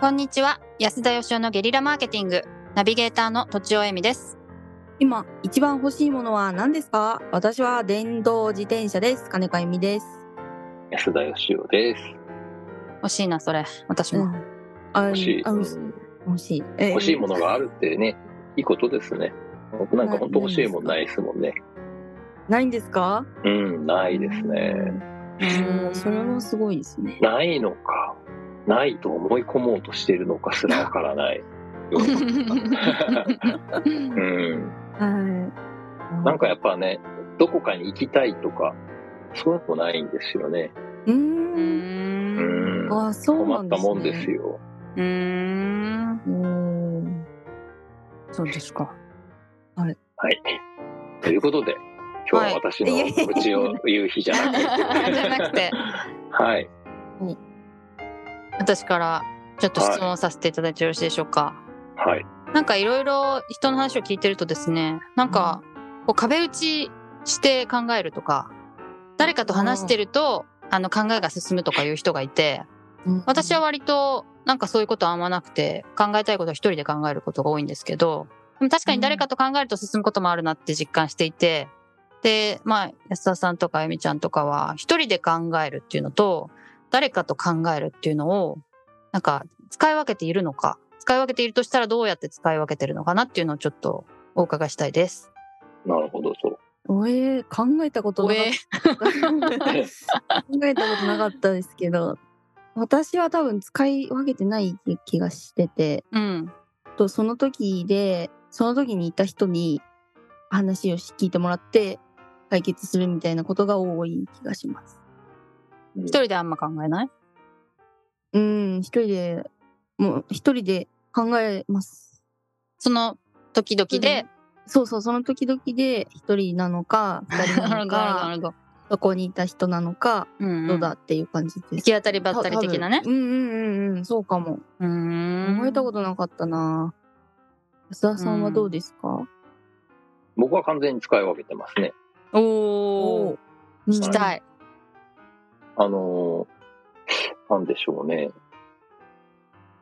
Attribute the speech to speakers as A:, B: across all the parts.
A: こんにちは安田義生のゲリラマーケティングナビゲーターのとちおえみです
B: 今一番欲しいものは何ですか私は電動自転車です金子由美です、
C: 安田義雄です。
A: 欲しいなそれ私
B: う
A: も、
B: ん、あ
C: 欲しい、
B: あ
C: うん
B: 欲しい、えー
C: 欲しいものがあるってね、いいことですね。僕なんか本当欲しいもんないですもんね。
B: ないんですか
C: うん、ないですね。
B: うんそれもすごいですね
C: ないのか、ないと思い込もうとしているのかすらわからない。うん、
B: はい
C: なんかやっぱね、どこかに行きたいとか、そういうのないんですよね。
B: う
A: うー
B: ん
C: うんん、
B: あそうな
C: 困
B: ん
C: っ
B: で
C: た
B: す、ね、
C: もんですよ。
A: うーん
B: うん
A: そうですか
C: はい。ということで、今日は私の
B: はい
C: 愚痴を言う日じ
A: じ
C: ゃなくて、
A: ゃなくて
C: はい。
A: 私からちょっと質問させていただいてよろしいでしょうか、
C: はい。
A: なんかいろいろ人の話を聞いてるとですねなんかこう壁打ちして考えるとか誰かと話してるとあの考えが進むとかいう人がいて
B: うん
A: 私は割となんかそういうことはあんまなくて考えたいことは一人で考えることが多いんですけどでも確かに誰かと考えると進むこともあるなって実感していてでまあ安田さんとかあゆみちゃんとかは一人で考えるっていうのと誰かと考えるっていうのをなんか使い分けているのか使い分けているとしたらどうやって使い分けてるのかなっていうのをちょっとお伺いしたいです。
C: なるほど、そう。
B: おえー考えたことなかった 考えたことなかったですけど私は多分使い分けてない気がしてて
A: うん
B: とその時でその時にいた人に話を聞いてもらって解決するみたいなことが多い気がします。
C: うん
A: 一人であんま考えない
B: うん一人でもう一人で考えます。
A: その時々で、
B: そうそうその時々で一人なのか二人
A: なる
B: な
A: ほど
B: の
A: な
B: か
A: るほど。
B: そこにいた人なのか
A: うん
B: どうだっていう感じで
A: 行
B: す。
A: き当たりばったり的なね
B: た。多分うんうんうんうんそうかも。
A: うーん
B: 考えたことなかったな。安田さんはどうですか？
C: 僕は完全に使い分けてますね。
A: おお
B: お
A: 聞きた
B: い。
A: い。
C: あのーなんでしょうね。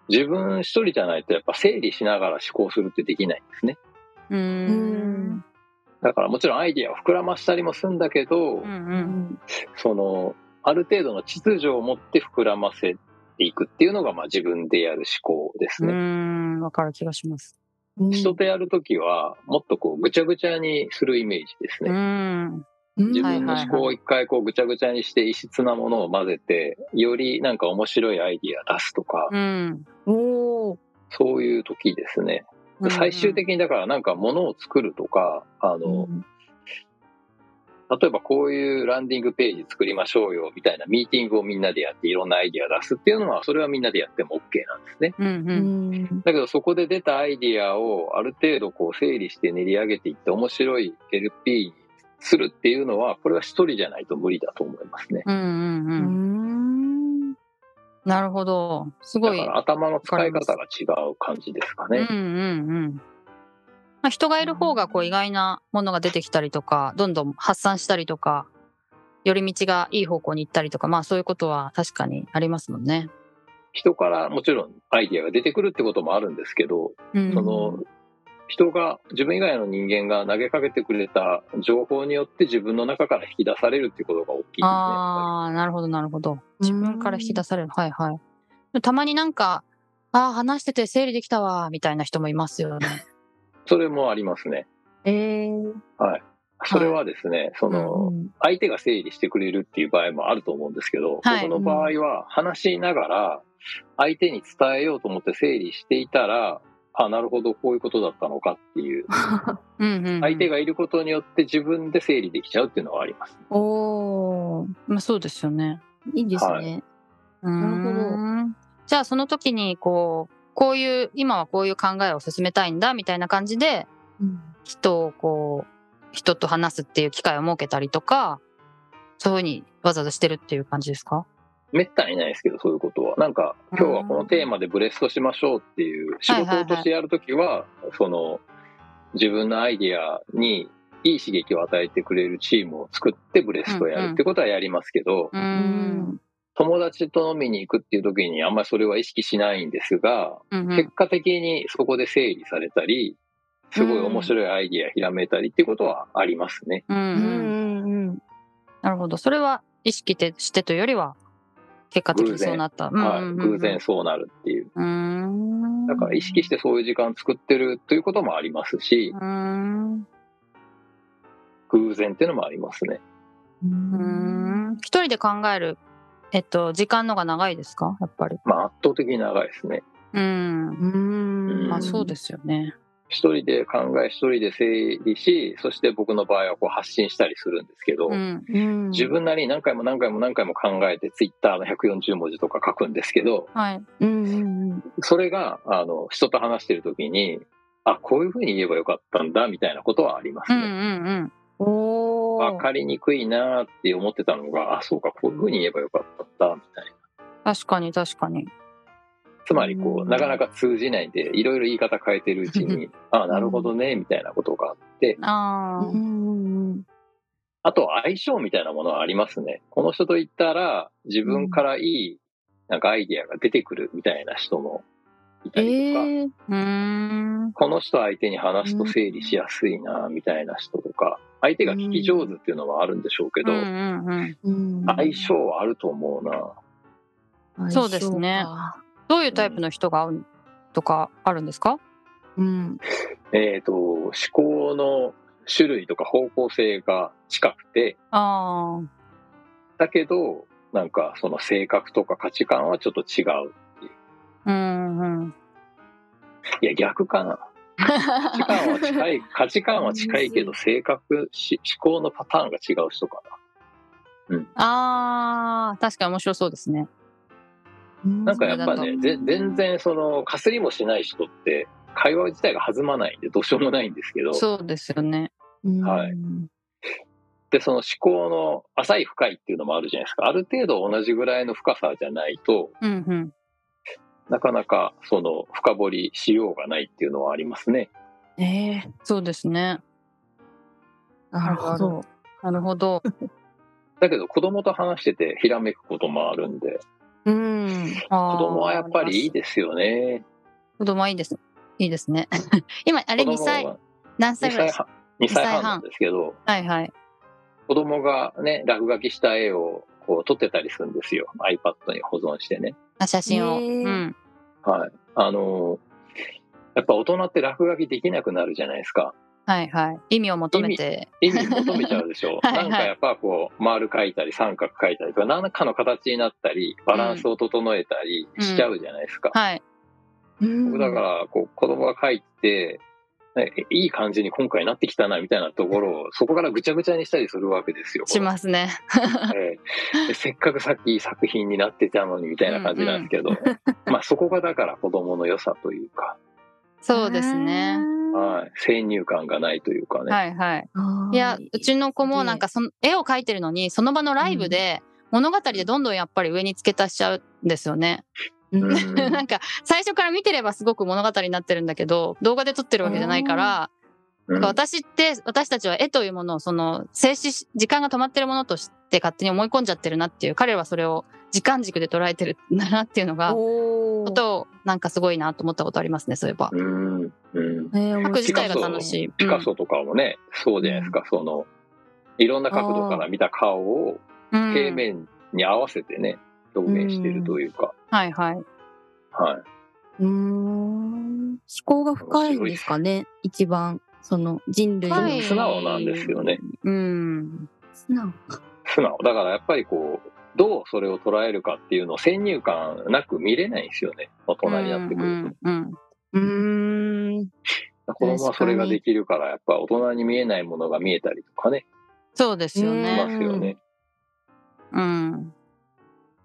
C: 自分一人じゃないとやっぱ整理しながら思考するってできないんですね。
A: うーん。
C: だからもちろんアイディアを膨らましたりもするんだけど、
A: うんう。
B: うんん
C: その、ある程度の秩序を持って膨らませていくっていうのが、まあ自分でやる思考です
A: う
C: ね。
A: ーん。わかる気がします。
B: うん
C: 人とやるときは、もっとこう、ぐちゃぐちゃにするイメージです
A: う
C: ね。
A: ーん。
B: うん
C: 自分の思考を一回こう、ぐちゃぐちゃにして、異質なものを混ぜて、よりなんか面白いアイディア出すとか、
A: うん。
B: おお。
C: そういう時ですね。最終的にだからなんか物を作るとか、あの、例えばこういうランディングページ作りましょうよみたいなミーティングをみんなでやっていろんなアイディア出すっていうのは、それはみんなでやっても OK なんですね。
A: うんう。
B: うんん
C: だけどそこで出たアイディアをある程度こう整理して練り上げていって面白い LP にするっていうのは、これは一人じゃないと無理だと思いますね。
A: うんうん
B: う
A: うん。
B: ん。
A: なるほど。すご
C: だか
A: い。
C: ら頭の使い方が違う感じですか
A: うんう
C: ね。
A: んうん。まあ、人がいる方がこう意外なものが出てきたりとか、どんどん発散したりとか、寄り道がいい方向に行ったりとか、まあそういうことは確かにありますもんね。
C: 人からもちろんアイディアが出てくるってこともあるんですけど、
A: うん
C: その人が自分以外の人間が投げかけてくれた情報によって自分の中から引き出されるってことが大きいですね。
A: ああ、なるほど、なるほど。自分から引き出される。はいはい。でもたまになんか、ああ、話してて整理できたわ、みたいな人もいますよね。
C: それもありますね。
B: えー
C: それはですね、そ
B: う
C: の
B: ん
C: 相手が整理してくれるっていう場合もあると思うんですけど、
A: はい
C: 僕の場合は話しながら相手に伝えようと思って整理していたら、あなるほどこういうことだったのかっていう
A: うんうん、うん。
C: 相手がいることによって自分で整理できちゃうっていうのはあります。
B: おお。
A: まあそうですよね。
B: いいですね。
A: な
B: なるほど
A: じゃあその時に、こう、こういう、今はこういう考えを進めたいんだ、みたいな感じで、
B: うん
A: 人をこう、人と話すっていう機会を設けたりとか、そういうふうにわざわざしてるっていう感じですか
C: めったにないですけどそういうことはなんか
A: うん
C: 今日はこのテーマでブレストしましょうっていう仕事としてやるときはその自分のアイディアにいい刺激を与えてくれるチームを作ってブレストをやるってことはやりますけど、
A: う。
B: うん
C: 友達と飲みに行くっていう時にあんまりそれは意識しないんですが、
A: うんうん
C: 結果的にそこで整理されたり、すごい面白いアイディアひらめいたりっていうことはありますね。
A: うん
B: う
A: うん
B: んうん
A: なるほど。それは意識てしてというよりは、結果的にそうなった。
C: はい、
A: うんうんうん
C: 偶然。そうなるっていう。
A: うーん。
C: だから意識してそういう時間作ってるということもありますし
A: う、ーん。
C: 偶然っていうのもありますね。
B: う
A: うー
B: ん。
A: ん一人で考える、えっと、時間のが長いですかやっぱり。
C: まあ圧倒的に長いですね。
A: うん。
B: うん。
A: まあそうですよね。
C: 一人で考え、一人で整理し、そして僕の場合はこう発信したりするんですけど、
A: うん。
B: うん。
C: 自分なりに何回も何回も何回も考えて、ツイッターの140文字とか書くんですけど、
A: はい。
B: うんうんうん。
C: それが、あの、人と話してる時に、あ、こういうふうに言えばよかったんだ、みたいなことはありま
A: う
C: す
A: んう
C: ね。
A: ん
B: お
C: わ
B: お。
C: かりにくいなーって思ってたのが、あ、そうか、こういうふうに言えばよかったんだ、みたいな。
A: うん。確かに確かに。
C: つまり、こ
B: う
C: う、
B: ん
C: なかなか通じないんで、いろいろ言い方変えてるうちに、あ、なるほどね、みたいなことがあって、
A: あ
B: うんうんうん。
C: あと相性みたいなものはありますね。この人と言ったら、自分からいい、なんかアイディアが出てくるみたいな人もいたりとか、
B: ええ。
A: あ。うーん。
C: この人相手に話すと整理しやすいな、みたいな人とか、相手が聞き上手っていうのはあるんでしょうけ
A: う
C: ど、
A: んうんうん。
B: うん
C: 相性はあると思うな。
A: そうですね
B: 相性か
A: どういうタイプの人が合うとかあるんですか
B: うん。
C: えっ、と、思考の種類とか方向性が近くて、
A: ああ。
C: だけど、なんかその性格とか価値観はちょっと違う。
A: うんうん。
C: いや、逆 かな。価値観は近い、価値観は近いけど、性格、し思考のパターンが違う人か
A: ああ、確かに面白そうですね。
C: な。なんかやっぱ
A: それ
C: ね、ぜ全然その、かすりもしない人って、会話自体が弾まないんで、どうしようもないんですけど、
A: そうですよね。
B: うん、
C: はい
B: うん
C: で、その思考の浅い深いっていうのもあるじゃないですか。ある程度同じぐらいの深さじゃないと、
A: うんうん。
C: なかなかその、深掘りしようがないっていうのはありますね。
B: ええ
A: そうですね。
B: なるほど。
A: なるほど。
C: だけど、子供と話してて、ひらめくこともあるんで、
B: うん。
C: 子
A: 子
C: 供はやっぱりいいですよね。
A: 子供はいいです。いいですね。 今、あれ
C: 子
A: 2
C: 供
A: 歳、
C: は
A: 何歳
C: 2
A: ぐらい
C: 歳
A: です二歳
C: 半、2歳
A: 半
C: 半なんですけど、
A: はいはい。
C: 子供がね、落書きした絵をこう撮ってたりするんですよ。iPad に保存してね。
A: あ写真を。
B: へー
A: うん。
C: はい。あのーやっぱ大人って落書きできなくなるじゃないですか。
A: はいはい。意味を求めて。
C: 意味求めちゃうでしょ
A: はいはい
C: なんかやっぱこう、丸書いたり三角書いたりとか、何かの形になったり、バランスを整えたりしちゃうじゃないですか。
A: はい。
B: 僕
C: 僕だか、ら、こう、子供が書いて、ねいい感じに今回なってきたなみたいなところをそこからぐちゃぐちゃにしたりするわけですよ。
A: しますね。
C: ええでせっかくさっきいい作品になってたのにみたいな感じなんですけど、まあそこがだから子供の良さというか、
A: そうですね。
C: はい、先入観がないというかね、
A: はいはい。
B: あー。
A: いや、うちの子もなんかその、絵を描いてるのに、その場のライブで、物語でどんどんやっぱり上に付け足しちゃうんですよね。
B: うん、
C: うん
A: なんか最初から見てればすごく物語になってるんだけど動画で撮ってるわけじゃないから
C: うん
A: なんか私って私たちは絵というものをその静止し時間が止まってるものとして勝手に思い込んじゃってるなっていう彼らはそれを時間軸で捉えてるんだなっていうのがこ
B: おー
A: とをなんかすごいなと思ったことありますねそういえば。
C: うんうん
B: えー面白い
A: 書く自体が楽しい。
C: ピカソとかもね、そうじゃないですか、そのいろんな角度から見た顔を
A: うん
C: 平面に合わせてね、表現してるというか、
A: はいはい。
C: は
B: うーん思考が深いんですかね、一番、その人類の
A: 深
C: い、
A: い
C: 素直なんですよね、
A: うん。
B: 素直。
C: 素直。だからやっぱりこう。どうそれを捉えるかっていうのを先入観なく見れないんですよね、大人になって
A: う
C: くると。
A: んうんうん
B: うーん。
C: 子供はそれができるから、やっぱ大人に見えないものが見えたりとかね、
A: そうですよ
C: し
A: ね。
C: ますよね。
A: うん。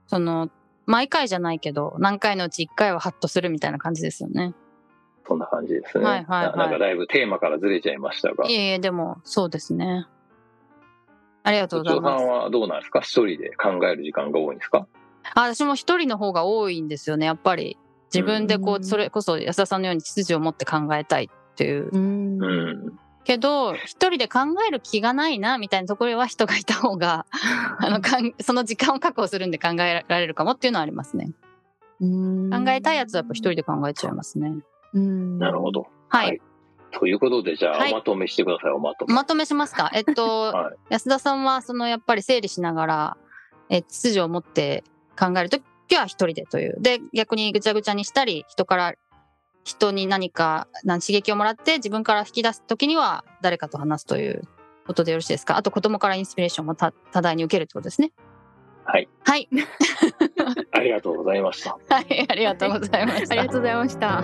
A: その、毎回じゃないけど、何回のうち1回はハッとするみたいな感じですよね。
C: そんな感じですね。
A: はいはいはい
C: ななんかだいぶテーマからずれちゃいましたが、
A: いえいえ、でも、そうですね。ありがとう
C: 部
A: ござい
C: 長さ
A: ま
C: ん
A: す。
C: はどうなんですか一人で考える時間が多いんですか
A: あ、私も一人の方が多いんですよね、やっぱり。自分でこ
B: う
A: う、
B: ん
A: それこそ安田さんのように秩序を持って考えたいっていう
B: うーん。
C: うん。
A: けど、一人で考える気がないな、みたいなところは人がいた方が、あの、かんその時間を確保するんで考えられるかもっていうのはありますね。考
B: 考
A: えたいやつはやっぱ一人で考えちゃいますね。
B: うん。
C: なるほど。
A: はい。
C: はいということで、じゃあ、
A: はい
C: おまとめしてください、おまとめ。
A: まとめします か。えっと、
C: はい
A: 安田さんは、その、やっぱり整理しながら、え、秩序を持って考えるときは一人でという。で、逆にぐちゃぐちゃにしたり、人から、人に何か、なん刺激をもらって、自分から引き出すときには、誰かと話すということでよろしいですか。あと、子供からインスピレーションもた多大に受けるってことですね。
C: はい。
A: はい。
C: ありがとうございました。
A: はい、ありがとうございまし
B: あり
A: た
B: が。とうございました。